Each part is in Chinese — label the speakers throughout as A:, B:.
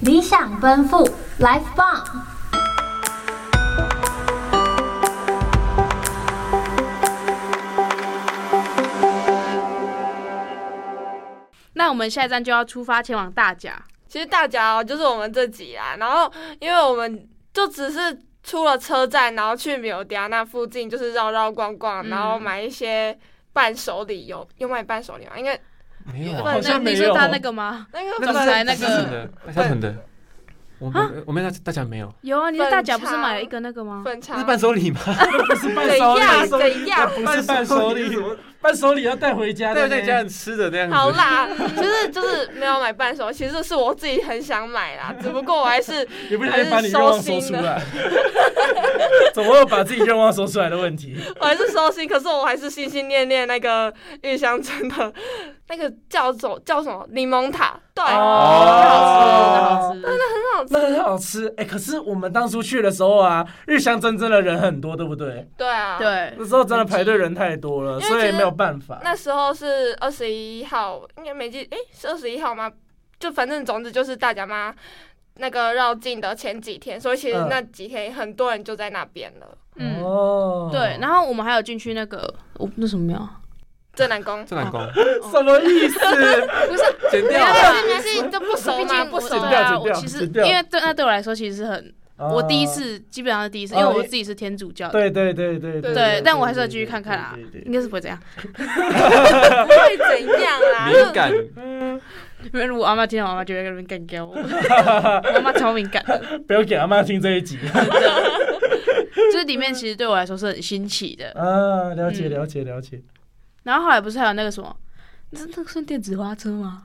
A: 理想奔赴，Life 棒。
B: 那我们下一站就要出发前往大甲。
C: 其实大家哦，就是我们自己啊，然后因为我们就只是出了车站，然后去米欧迪亚那附近，就是绕绕逛逛，
B: 嗯
C: 然后买一些伴手礼，有有买伴手礼吗？应该
D: 没
E: 哦
D: 有，啊
C: 不
D: 好
C: 然
B: 那
D: 像
B: 你
D: 没
B: 说
D: 有。
B: 搭那个吗？
C: 那个
B: 那个
C: 本
B: 是才那
D: 小
B: 个
D: 粉的，小粉的，我们我们大大家没有，
B: 有啊，你在
C: 粉
B: 大甲不是
C: 肠
B: 买了一个那个吗？
C: 粉
D: 那
C: 肠
D: 是伴手礼吗？
C: 怎样怎样，
D: 不是伴手礼，
E: 伴手礼要带回家
D: 带
E: 的，
D: 在家人吃的那样子。
C: 好啦，就是就是没有买伴手，其实是我自己很想买 啦，只不过我还是
E: 你不小心把你愿望说出来， 怎么会有把自己愿望说出来的问题？
C: 我还是收心，可是我还是心心念念那个玉香村的那个叫什叫什么柠檬塔，对，啊
B: 好
D: 哦
E: 哦
B: 吃，好吃。
C: 很好吃
E: 那，很好吃，哎、可是我们当初去的时候啊，日香真真的人很多，对不对？
C: 对啊，。
B: 对
E: 那，时候真的排队人太多了，
C: 因为
E: 所
C: 其
E: 以
C: 实
E: 没有办法。
C: 那时候是二十一号，应该没记，诶、是二十一号吗？就反正总之就是大甲妈那个绕境的前几天，所以其实
E: 嗯
C: 那几天很多人就在那边了，
B: 嗯，
E: 哦，
B: 对。然后我们还有进去那个，我那什么庙啊？
C: 正南 宫。
D: 正南宫
E: 什么意思？
B: 不是，
D: 剪
C: 没
D: 掉
C: 有，
D: 啊，
C: 没有，毕竟都不熟
B: 毕
C: 嘛，
B: 竟
C: 不
B: 我
C: 熟
B: 对
E: 剪
C: 啊。
B: 啊，
E: 掉
B: 我
E: 剪
B: 其实
E: 剪掉
B: 因为对那对我来说其实是很， 我第一
E: 哦。
B: 次基本上是第一次，
E: 哦
B: 因为我自己是天主教的。
E: 对对对对
C: 对
B: 对，但我还是要继续看看啊啦
E: 对对，对
B: 应该是不会这样。
C: 会怎样啊 啦？
D: 敏感，
B: 因为如果阿妈听到，我阿妈就会在那边干 掉我。我阿妈超敏感的，
E: 对不要给阿妈听这 一集
B: 就是里面其实对我来说是很新奇的。
E: 啊！了解
B: 嗯
E: 了解了解，
B: 然后后来不是还有那个什么，那那个算电子花车 吗？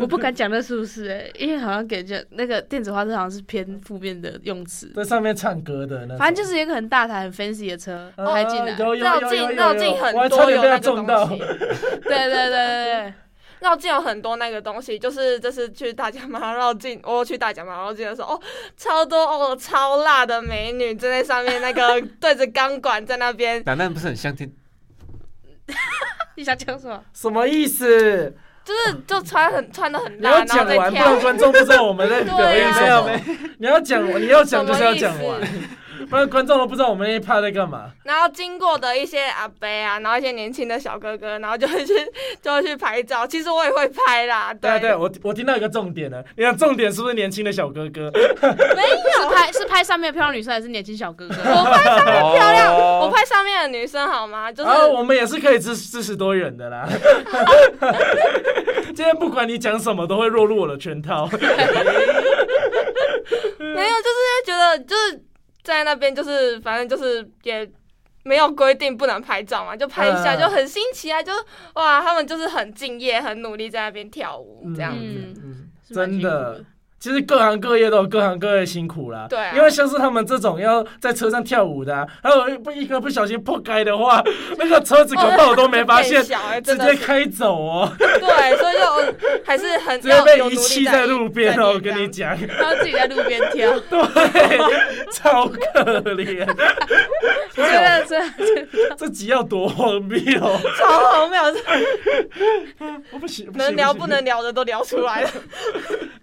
B: 我不敢讲那是不是哎、欸，因为好像给人家那个电子花车好像是偏负面的用词。
E: 在上面唱歌的那种，
B: 反正就是一个很大台、很 fancy 的车
E: 啊
B: 开进来，对
E: 有有有
C: 绕境
E: 有有
C: 绕
E: 有
C: 境
E: 有
C: 很
E: 我还
C: 多
E: 差点
C: 有
E: 被
C: 那
E: 他
C: 个
E: 中
C: 东
E: 到，
C: 西
B: 对对 对
C: 绕境有很多那个东西，就是这次去大甲妈绕境， 我去大甲妈绕境的时候，哦，超多哦，超辣的美女正在上面那个对着钢管在那边，
D: 南南不是很像天，
B: 对，你想讲什么？
E: 什么意思？
C: 就是就穿很穿的很
E: 你
C: 辣，
E: 要
C: 然后
E: 讲
C: 在
E: 完，不
C: 跳
E: 然。观众不知道我们在 表
C: 对
E: 演
C: 啊
E: 什么。你要讲，你要讲就是要讲
C: 什么意
E: 完，不然观众都不知道我们那一趴在干嘛。
C: 然后经过的一些阿伯啊，然后一些年轻的小哥哥，然后就会去就会去拍照。其实我也会拍啦，
E: 对啊，对
C: 对
E: 啊，我我听到一个重点了，你看重点是不是年轻的小哥哥？
C: 嗯
B: 是 拍啊是拍上面漂亮女生，还是年轻小哥哥？
C: 我拍上面漂亮，
D: 哦
C: 我拍上面的女生好吗？就是
E: 然后啊我们也是可以支支持多元的啦。 今天不管你讲什么，都会落入我的圈套。
C: 没有，就是觉得就是在那边，就是反正就是也没有规定不能拍照嘛，就拍一下
E: 嗯
C: 就很新奇啊，就哇，他们就是很敬业、很努力在那边跳舞这样。
B: 嗯
E: 嗯，
B: 是蛮辛苦
E: 真的，其实各行各业都有各行各业辛苦啦。
C: 对啊
E: 因为像是他们这种要在车上跳舞的、啊，还有不一个不小心破开的话， 那个车子搞不好都没发现
C: 哦那个很，小哎，
E: 直
C: 真的
E: 接
C: 是
E: 开走哦，
C: 对，所以就嗯还是很
E: 直接
C: 要有
E: 被遗
C: 努
E: 弃
C: 力
E: 在路边
C: 在
E: 哦。我跟你讲，
B: 他自己在路边跳，
E: 对， 超可怜，
B: 真的真的
E: 这集要多荒谬！
C: 超荒谬，
E: 我不行，不行
C: 能聊
E: 不
C: 不
E: 行
C: 能聊的都聊出来了。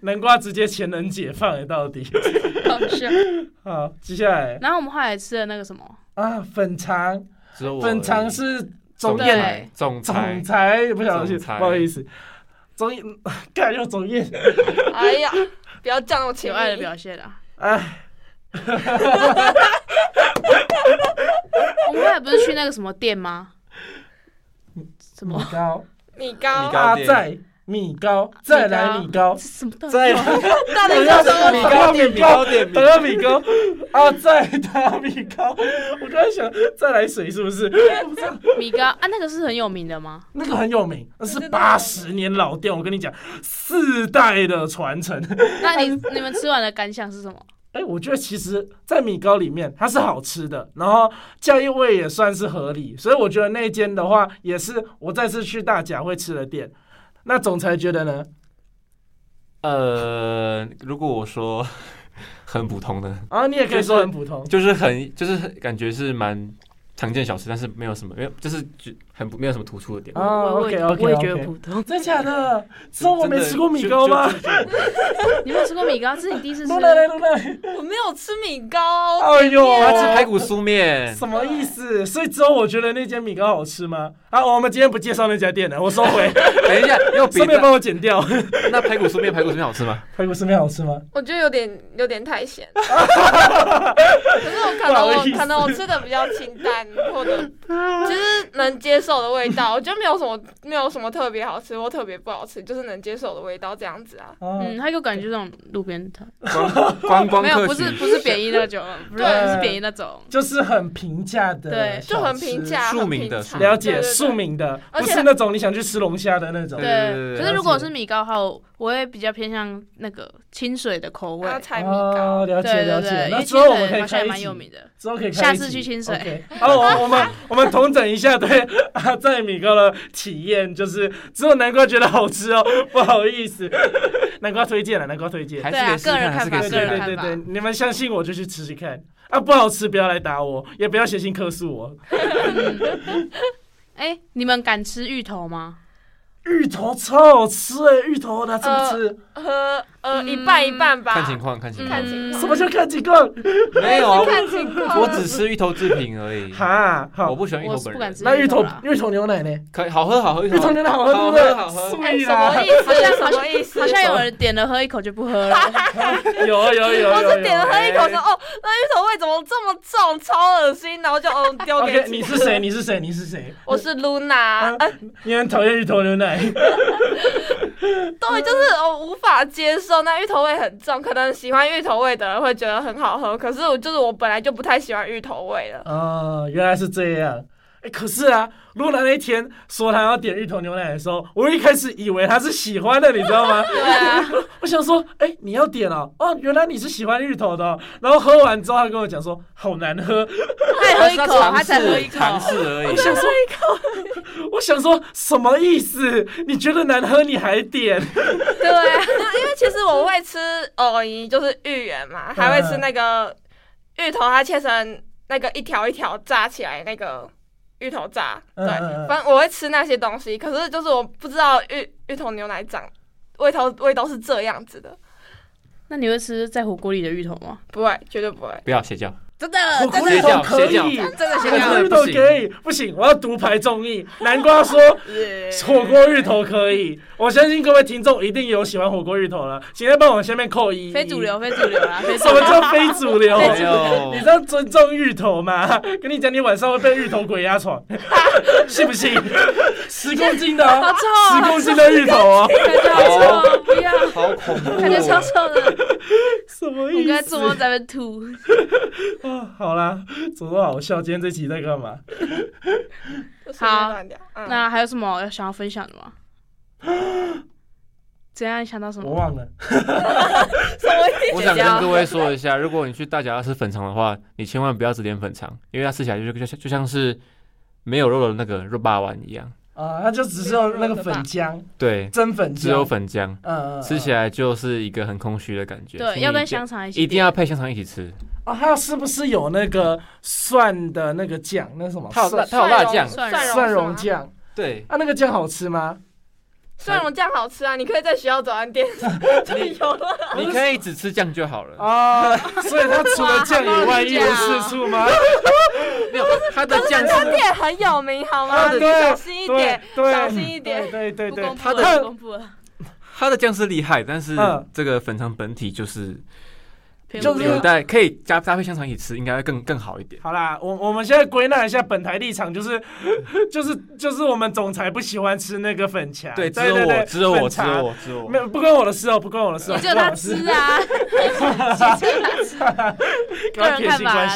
E: 南瓜直接全能解放哎，到底。
B: 好笑。
E: 好，接下来
B: 然后我们后来吃了那个什么，
E: 啊，粉肠，
D: 只有我而已
E: 粉肠是
D: 总
E: 总
B: 对
E: 宴
D: 裁，总裁
E: 总，裁，不小心，
D: 总裁
E: 不好意思，总 宴，干又总宴，
C: 哎呀，不要这样，我
B: 求
C: 情
B: 爱的
C: 谊。
B: 表现啊。
E: 哎，
B: 我们后来不是去那个什么店吗？什
E: 米
B: 么？
E: 糕，
C: 米糕
D: 米糕
E: 阿
D: 店
E: 在米糕，再来米糕
B: 这，什么东西？
D: 在
C: 到底
E: 等
C: 是
E: 下
C: 什
E: 是米
C: 么？
E: 糕，
D: 店米
E: 米糕，
D: 糕店
E: 等下米糕，啊，再打米糕，我刚才想再来水是不是？
B: 米糕啊，那个是很有名的吗？
E: 那个很有名，那是八十年老店，我跟你讲，四代的传承。
B: 那你你们吃完的感想是什 么？
E: 哎、我觉得其实，在米糕里面它是好吃的，然后价位也算是合理，所以我觉得那间的话也是我再次去大甲会吃的店。那总裁觉得呢？
D: 呃，如果我说很普通的，
E: 啊，你也可以说很普通，
D: 就是很就是很感觉是蛮常见的小吃，但是没有什么，没有就是就很不没有什么突出的点。
E: 啊
B: 我也
E: ，OK OK
B: 我也觉得
E: OK，
B: 普通。
E: 真假的？之后我没吃过米糕吗？
B: 你没有吃过米糕，这是你第一次吃
E: 露。奶 露奶，
C: 我没有吃米糕，
E: 哎呦，
D: 他吃排骨酥面，
E: 什么意思？所以之后我觉得那间米糕好吃吗？啊，我们今天不介绍那家店了，我收回，
D: 等一下 要比
E: 顺便
D: 那
E: 帮我剪掉。
D: 那排骨酥面，排骨酥面好吃 吗？
E: 排骨丝面好吃吗？
C: 我觉得有点有点太咸。可是我 可
E: 不
C: 能
E: 好
C: 我
E: 意思
C: 可能我吃的比较清淡，或者就是能接受的味道，我觉得没有什么没有什么特别好吃或特别不好吃，就是能接受的味道这样子啊。
E: 啊，
B: 嗯，他给我感觉就这种路边摊，
D: 观观光
B: 没有，
D: 客
B: 不
D: 群
B: 是不是贬义那 种，不是
E: 对
B: 是贬义那种。
E: 就是很平价的，
B: 对
C: 就很平。价，
D: 庶
C: 很
D: 民
C: 平
D: 的庶
C: 常。
D: 民
E: 了
C: 对
E: 解，
C: 对对
E: 庶民的，
C: 而
E: 不
C: 且
E: 是那种你想去吃龙虾的那种。哦
D: 对对对
B: 对，可是如果
E: 了解
B: 是米糕的话，我我会比较偏向那个清水的口味
C: 还。有柴米糕，
E: 哦，了解
B: 对
E: 了
B: 对
E: 解
B: 对，。因
E: 那
B: 为
E: 之
B: 清
E: 后
B: 水
E: 我们可以
B: 好像
E: 开
B: 也
E: 一
B: 蛮有
E: 集，
B: 名的。
E: 之后可以
B: 下次去清水
E: OK，好，我 我们我们同整一下对 啊，在米糕的体验，就是只有南瓜觉得好吃哦， 不好意思， 南瓜推荐了，南瓜推荐。
D: 还
B: 对啊
D: 是可以试试
B: 个人
D: 看，还是可
B: 看法
D: 以试
E: 对
D: 试
E: 对
B: 个
D: 看
B: 人
E: 对。对对，你们相信我就去吃吃看啊，不好吃不要来打我，也不要写信客诉我。
B: 哎，你们敢吃芋头 吗？
E: 芋头超好吃哎、芋头拿怎么吃？
C: 和呃
B: 嗯
C: 一半一半吧。
D: 看情况，看情
B: 嗯
D: 况
C: 看。情况
E: 什么叫看情况？
D: 没有啊，
C: 看情况。
D: 我只吃芋头制品而已。
E: 哈，好，
D: 我不喜欢芋
B: 我
D: 头
B: 是
D: 本
B: 不敢
D: 人。
B: 吃
E: 那芋头
B: 啦。
E: 芋头牛奶呢？
D: 可以，好喝好喝，芋
E: 芋头牛奶好喝对不对？
D: 好喝好喝。
C: 哎
E: 素
C: 什
E: 啦
C: 么意思？
B: 好像
C: 什么意思？
B: 好像有人点了喝一口就不喝 了。
E: 有有有有，
C: 我
E: 有
C: 是点了喝一口说，哦，那芋头味怎么这么重，超恶心，然后就哦丢给
E: OK，你是谁？啊你是谁？你是谁？
C: 我是 Luna，呃，
E: 你很讨厌芋头牛奶，
C: 对，就是我无法接受那芋头味很重，可能喜欢芋头味的人会觉得很好喝，可是我就是我本来就不太喜欢芋头味了。
E: 哦，原来是这样。哎，可是啊，露娜那一天说她要点芋头牛奶的时候，我一开始以为她是喜欢的，你知道吗？
C: 对啊，
E: 我想说，哎、你要点哦，哦，原来你是喜欢芋头的哦、然后喝完之后，她跟我讲说，好难喝。
B: 再喝一口，
D: 尝
B: 他才喝一
D: 试
B: 口。
D: 尝试而已
E: 我。想说，我想说，什么意思？你觉得难喝你还点？
C: 对啊，因为其实我会吃藕泥，就是芋圆嘛，还会吃那个芋头，它切成那个一条一条炸起来那个芋头炸。对，
E: 嗯嗯嗯
C: 反正我会吃那些东西，可是就是我不知道芋芋头牛奶长味道味道是这样子的，
B: 那你会吃在火锅里的芋头吗？
C: 不会，绝对不会。
D: 不要邪教，
B: 真的，
E: 我
B: 真
E: 苦
B: 的
E: 芋
D: 邪
E: 头
D: 教
E: 可
D: 邪教
E: 以，
B: 真的
E: 我
B: 邪
D: 真
E: 苦
D: 的
B: 教。
E: 芋头可以，不行，我要独排 众议。南瓜说火锅芋头可以，我相信各位听众一定有喜欢火锅芋头了，请在帮我下面扣一。
B: 非主，流，非主流 啦，非主
E: 什么
B: 流。
E: 叫非主流？
D: 没有
E: 你知道尊重芋头吗？跟你讲，你晚上会被芋头鬼压床， 信不 信？十公斤的、哦，
B: 臭
E: 十公斤的芋 头哦，
B: 感觉好臭，
C: 哦
B: 不 要，
D: 好恐怖
B: 感觉超
D: 哦！
B: 臭的。
E: 什么
B: 我
E: 意
B: 刚才做
E: 思？
B: 梦在那边 吐。
E: 啊，好啦，怎么好笑？今天这期在干嘛？
C: 就 随便
B: 好
C: 乱掉，嗯
B: 那还有什么要想要分享 的吗？怎样想到什
E: 我
B: 么？
E: 忘了。
B: 啊
D: 我想跟各位说一下，如果你去大甲要吃粉肠的话，你千万不要只点粉肠，因为它吃起来就就像就像是没有肉的那个肉霸丸一样。
E: 啊，它就只是用那个粉浆，
D: 对，
E: 真粉浆，
D: 只有，粉浆，
E: 嗯，嗯
D: 吃起
E: 来
D: 来就是一个很空虚的感觉。所以
B: 对，
D: 你
B: 要跟
D: 一定
B: 香肠一起。
D: 一定要。配香肠一起吃。
E: 啊，它是不是有那个蒜的那个酱？那什么
D: 它有辣，
E: 蒜
D: 它有辣酱。
B: 蒜蓉
E: 蒜蓉
C: 酱，
E: 酱？
D: 对，
E: 啊，那个酱好吃吗？
C: 蒜蓉酱好吃啊！你可以在学校早餐 店 就有了。
D: 你可以只吃酱就好了。
E: 啊，所以它除了酱以外
B: 哇
E: 一无是处吗？
D: 没有，它的酱
C: 这
D: 是
C: 店很有名，好
E: 啊
C: 吗？
E: 对
C: 小心一点，
E: 对
C: 小心一点。
E: 对对
B: 不
E: 对
B: 公
E: 对，
B: 布了，
E: 它
B: 不公布了。
D: 它的酱是厉害，但是
E: 嗯
D: 这个粉肠本体就是
B: 偏
E: 就是
B: 无聊
D: 有带可以加搭配香肠一起吃，应该会更更好一点。
E: 好啦，我我们现在归纳一下本台立场，就是 就是就是我们总裁不喜欢吃那个粉肠，
D: 对，只
E: 对
D: 有我，
E: 对
D: 只有我，
E: 粉
D: 只
E: 肠
D: 有我，只有
E: 没
D: 我。
E: 有不关我的事哦，不关我的事哦，
B: 也只有他
E: 不关我的事
B: 吃 啊， 个人看法啦，啊
E: 干嘛撇清关系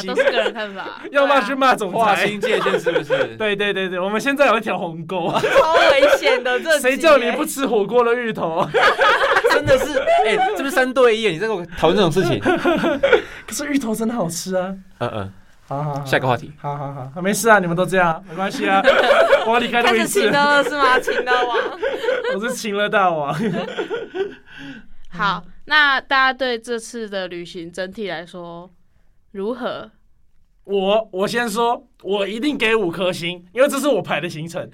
B: 都是个人看 法。啊
E: 要骂去骂总
D: 划
E: 裁。
D: 清界限是不 是？
E: 对对对对，我们现在有一条鸿 沟，
C: 超危险的，这
E: 谁
C: 集
E: 叫
C: 耶
E: 你不吃火锅的芋头？
D: 真的是，哎、这不是三对一耶？你在跟我讨论这种事情？
E: 可是芋头真的好吃啊！
D: 嗯嗯，
E: 好 好好，
D: 下一个话题。
E: 好好好，没事啊，你们都这样，没关系 啊。我要离开
C: 开
E: 录
C: 始
E: 音
C: 请
E: 室，
C: 的了是吗？请的王，
E: 我是情乐大王。
B: 好，那大家对这次的旅行整体来说如何？
E: 我我先说，我一定给五颗星，因为这是我排的行 程。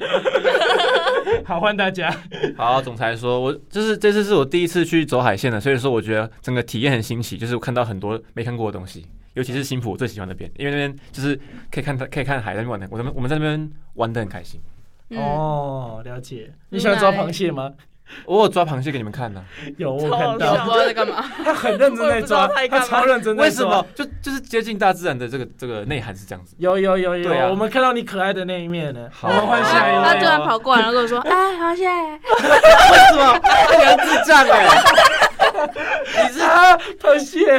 E: 好，换大家。
D: 好，总裁说，我就是这次是我第一次去走海线的，所以说我觉得整个体验很新奇，就是我看到很多没看过的东西，尤其是新浦我最喜欢那边，因为那边就是可以看可以看海，那边玩的，我们我们在那边玩的很开心。
B: 嗯，
E: 哦，了解。你喜欢抓螃蟹吗？
D: 我有抓螃蟹给你们看呢、
E: 有，我看
B: 你也
C: 好
E: 到
C: 笑
B: 不知道在干 嘛。
E: 他很认真
C: 我也
E: 在
C: 不知道
E: 抓
C: 他在，干
E: 他
C: 嘛
E: 超认真在
D: 为什
E: 抓
D: 么。？就就是接近大自然的这个这个内涵是这样子。
E: 有有有有，
D: 对啊
E: 我们看到你可爱的那一面了。
D: 好
E: 我
B: 哦
E: 们换下一
B: 他突然
E: 位。哦
B: 跑过来，然后跟我说：“哎，螃蟹。
D: 为什么？你很智障 哎、
E: 你是他螃蟹。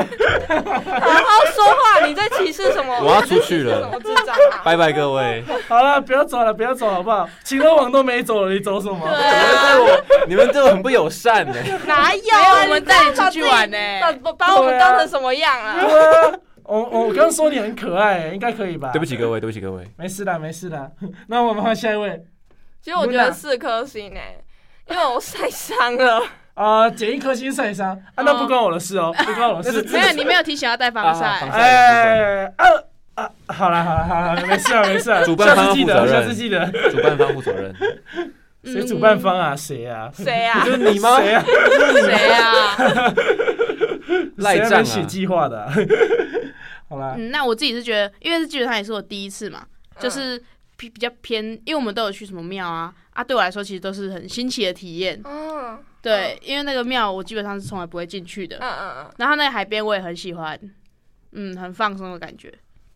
C: 好好说话，你在歧视什么？
D: 我要出去
C: 这是什
D: 了
C: 么，智障啊？
D: 拜拜各位。
E: 好了，不要走了，不要走好不好？晴乐网都没走了，你走什么？
D: 你们对我，你们对我很不友善哎、
C: 哪有
B: 没有
C: 啊？
B: 我们带你出去玩呢
C: 把把把我们当成什么样啊？
E: 对啊我我我刚说你很可爱，应该可以吧？
D: 对不，起各位，对不起各位。
E: 没事的，没事的。那我们换下一位
C: 其实我觉得四颗星呢，因为我晒伤了。
E: 啊，减一颗星晒伤啊，那不关我的事哦，不关我的事。”
B: 没有，你没有提醒要带防
D: 啊防
B: 晒
D: 晒。
E: 哎啊啊，好了好了好了，没事了没事了，
D: 主办方
E: 下次记
D: 负责
E: 得，下
D: 任
E: 次记得。
D: 主办方负责任，
E: 谁主办方啊？谁 啊？
C: 谁啊？
D: 就是你吗？
E: 谁啊？
B: 谁啊？
D: 赖
E: 谁在那
D: 账啊
E: 边写计划的啊？ 好啦，
B: 嗯，那我自己是觉得，因为是基本上也是我第一次嘛，就是比比较偏，因为我们都有去什么庙啊啊，对我来说其实都是很新奇的体验。
C: 嗯
B: 对，因为那个庙我基本上是从来不会进去的
C: 嗯，嗯
B: 然后那个海边我也很喜欢，嗯，很放松的感觉。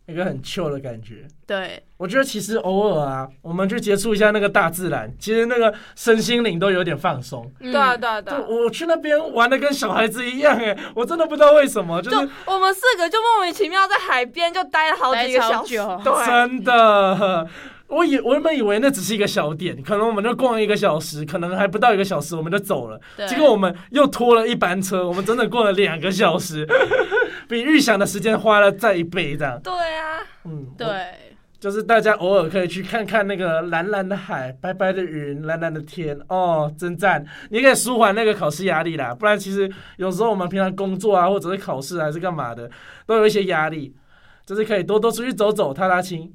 E: 一个很 chill 的感觉。
B: 对，
E: 我觉得其实偶尔啊，我们去接触一下那个大自然，其实那个身心灵都有点放松。
B: 嗯
C: 嗯，对啊对啊对
E: 对，
C: 啊。
E: 我去那边玩的跟小孩子一样哎、我真的不知道为什么，就
C: 就是我们四个就莫名其妙在海边就待了好
B: 待
C: 几个
B: 超
C: 小时，
B: 久，
C: 对，
E: 真的。我以我原本以为那只是一个小点，可能我们就逛一个小时，可能还不到一个小时我们就走了。
B: 对，
E: 结果我们又拖了一班车，我们整整过了两个小时， 比预想的时间花了再一倍这样。
C: 对啊，
E: 嗯，我
B: 对，
E: 就是大家偶尔可以去看看那个蓝蓝的海、白白的云、蓝蓝的天，哦，真赞！你可以舒缓那个考试压力啦，不然其实有时候我们平常工作啊，或者是考试还是干嘛的，都有一些压力，就是可以多多出去走走、踏踏青，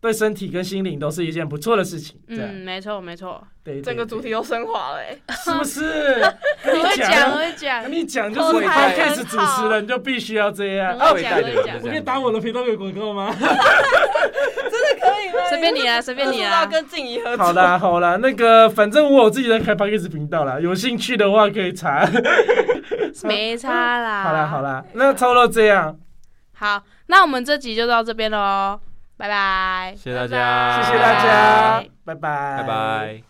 E: 对身体跟心灵都是一件不错的事情。这样，
B: 嗯，没错没错，
E: 对对
C: 整个主题都升华了欸
E: 对是不是？
B: 我
E: 跟你
B: 会 讲我
E: 讲，啊
B: 会讲
E: 跟，你讲，就
C: 偷
E: 是
C: 拍
E: podcast
C: 很
E: 主
C: 好
E: 持人就必须要这样。
B: 我会讲
D: 啊
B: 我
D: 对
B: 会
D: 对
B: 讲
D: 对，
E: 我可以打我的频道有广告吗？
C: 真的可以吗？
B: 随便你啊，随
C: 你
B: 便
C: 们是不
B: 你
C: 是要
B: 啊，
C: 跟静怡合作。
E: 好啦好啦，那个反正我有自己在开 p o d c a s 频道啦，有兴趣的话可以查。
B: 没差啦。
E: 好啦好，啦，那差不多这样，
B: 好，那我们这集就到这边喽，拜拜。
D: 谢谢大家，
E: 谢谢大家，拜拜
D: 拜拜。